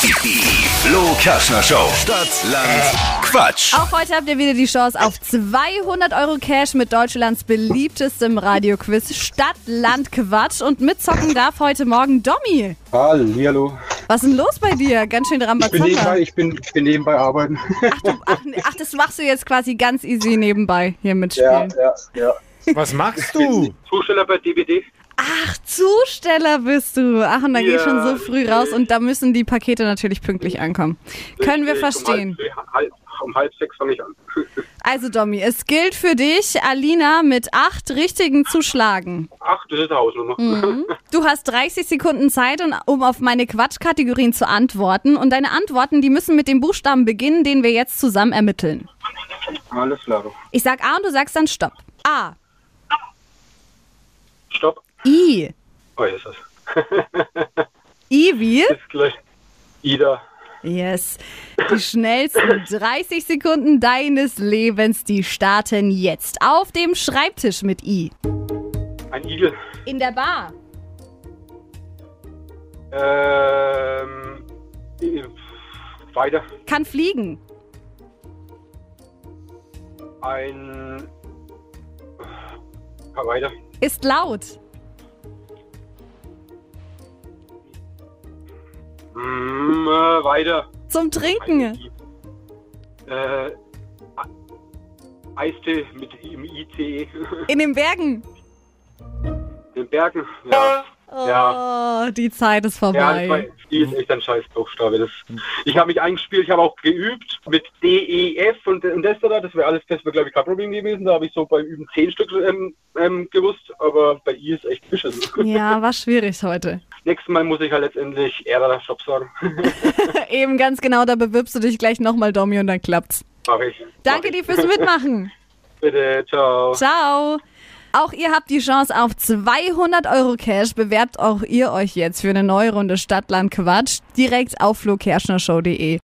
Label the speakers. Speaker 1: Die Flo Kaschner Show. Stadt, Land, Quatsch.
Speaker 2: Auch heute habt ihr wieder die Chance auf 200 Euro Cash mit Deutschlands beliebtestem Radioquiz Stadt, Land, Quatsch. Und mitzocken darf heute Morgen Domi.
Speaker 3: Hallihallo.
Speaker 2: Was ist denn los bei dir? Ganz schön
Speaker 3: Ich bin nebenbei,
Speaker 2: Rambazamba.
Speaker 3: ich bin, ich bin nebenbei arbeiten.
Speaker 2: Ach, ach, das machst du jetzt quasi ganz easy nebenbei hier
Speaker 3: ja,
Speaker 2: mitspielen.
Speaker 3: ja, ja.
Speaker 4: Was machst du?
Speaker 3: Zusteller bei DVD.
Speaker 2: Ach, Zusteller bist du. Ach, und da geh
Speaker 3: Ja,
Speaker 2: ich schon so früh raus
Speaker 3: richtig.
Speaker 2: und da müssen die Pakete natürlich pünktlich ankommen. Können wir verstehen.
Speaker 3: Um halb, halb, um halb sechs fange ich an.
Speaker 2: Also, Domi, es gilt für dich, Alina mit acht richtigen zu schlagen.
Speaker 3: Ach, das ist eine Hausnummer.
Speaker 2: Du hast 30 Sekunden Zeit, und- um auf meine Quatschkategorien zu antworten. Und deine Antworten, die müssen mit dem Buchstaben beginnen, den wir jetzt zusammen ermitteln.
Speaker 3: Alles klar.
Speaker 2: Ich sag A und du sagst dann Stopp. A.
Speaker 3: Stopp.
Speaker 2: I.
Speaker 3: Oh, hier ist es.
Speaker 2: I wie?
Speaker 3: Ist gleich. Ida.
Speaker 2: Yes. Die schnellsten 30 Sekunden deines Lebens, die starten jetzt. Auf dem Schreibtisch mit I.
Speaker 3: Ein Igel.
Speaker 2: In der Bar.
Speaker 3: Ähm. äh, Weiter.
Speaker 2: Kann fliegen.
Speaker 3: Ein. Ja, Weiter.
Speaker 2: Ist laut.
Speaker 3: Mm, äh, weiter.
Speaker 2: Zum Trinken.
Speaker 3: Äh, A- Eistee mit im ICE.
Speaker 2: In den Bergen.
Speaker 3: E. Den Bergen. Ja.
Speaker 2: Oh,
Speaker 3: Ja.
Speaker 2: die Zeit ist
Speaker 3: Ja, das war,
Speaker 2: vorbei.
Speaker 3: die ist echt ein scheiß Buchstabe. Das, ich habe mich eingespielt, ich habe auch geübt mit D, E, F und, und das oder das wäre alles, das wäre glaube ich kein Problem gewesen. Da habe ich so beim Üben zehn Stück ähm, ähm, gewusst, aber bei I ist echt beschissen.
Speaker 2: Ja, war schwierig heute.
Speaker 3: Nächstes Mal muss ich ja letztendlich R oder Stopp sagen.
Speaker 2: Eben ganz genau, da bewirbst du dich gleich nochmal, Domi, und dann klappt's.
Speaker 3: Mach ich.
Speaker 2: Danke
Speaker 3: Mach
Speaker 2: dir
Speaker 3: ich.
Speaker 2: fürs Mitmachen.
Speaker 3: Bitte, ciao.
Speaker 2: Ciao. Auch ihr habt die Chance auf 200 Euro Cash. Bewerbt auch ihr euch jetzt für eine neue Runde Stadtland Quatsch direkt auf flokerschnershow.de.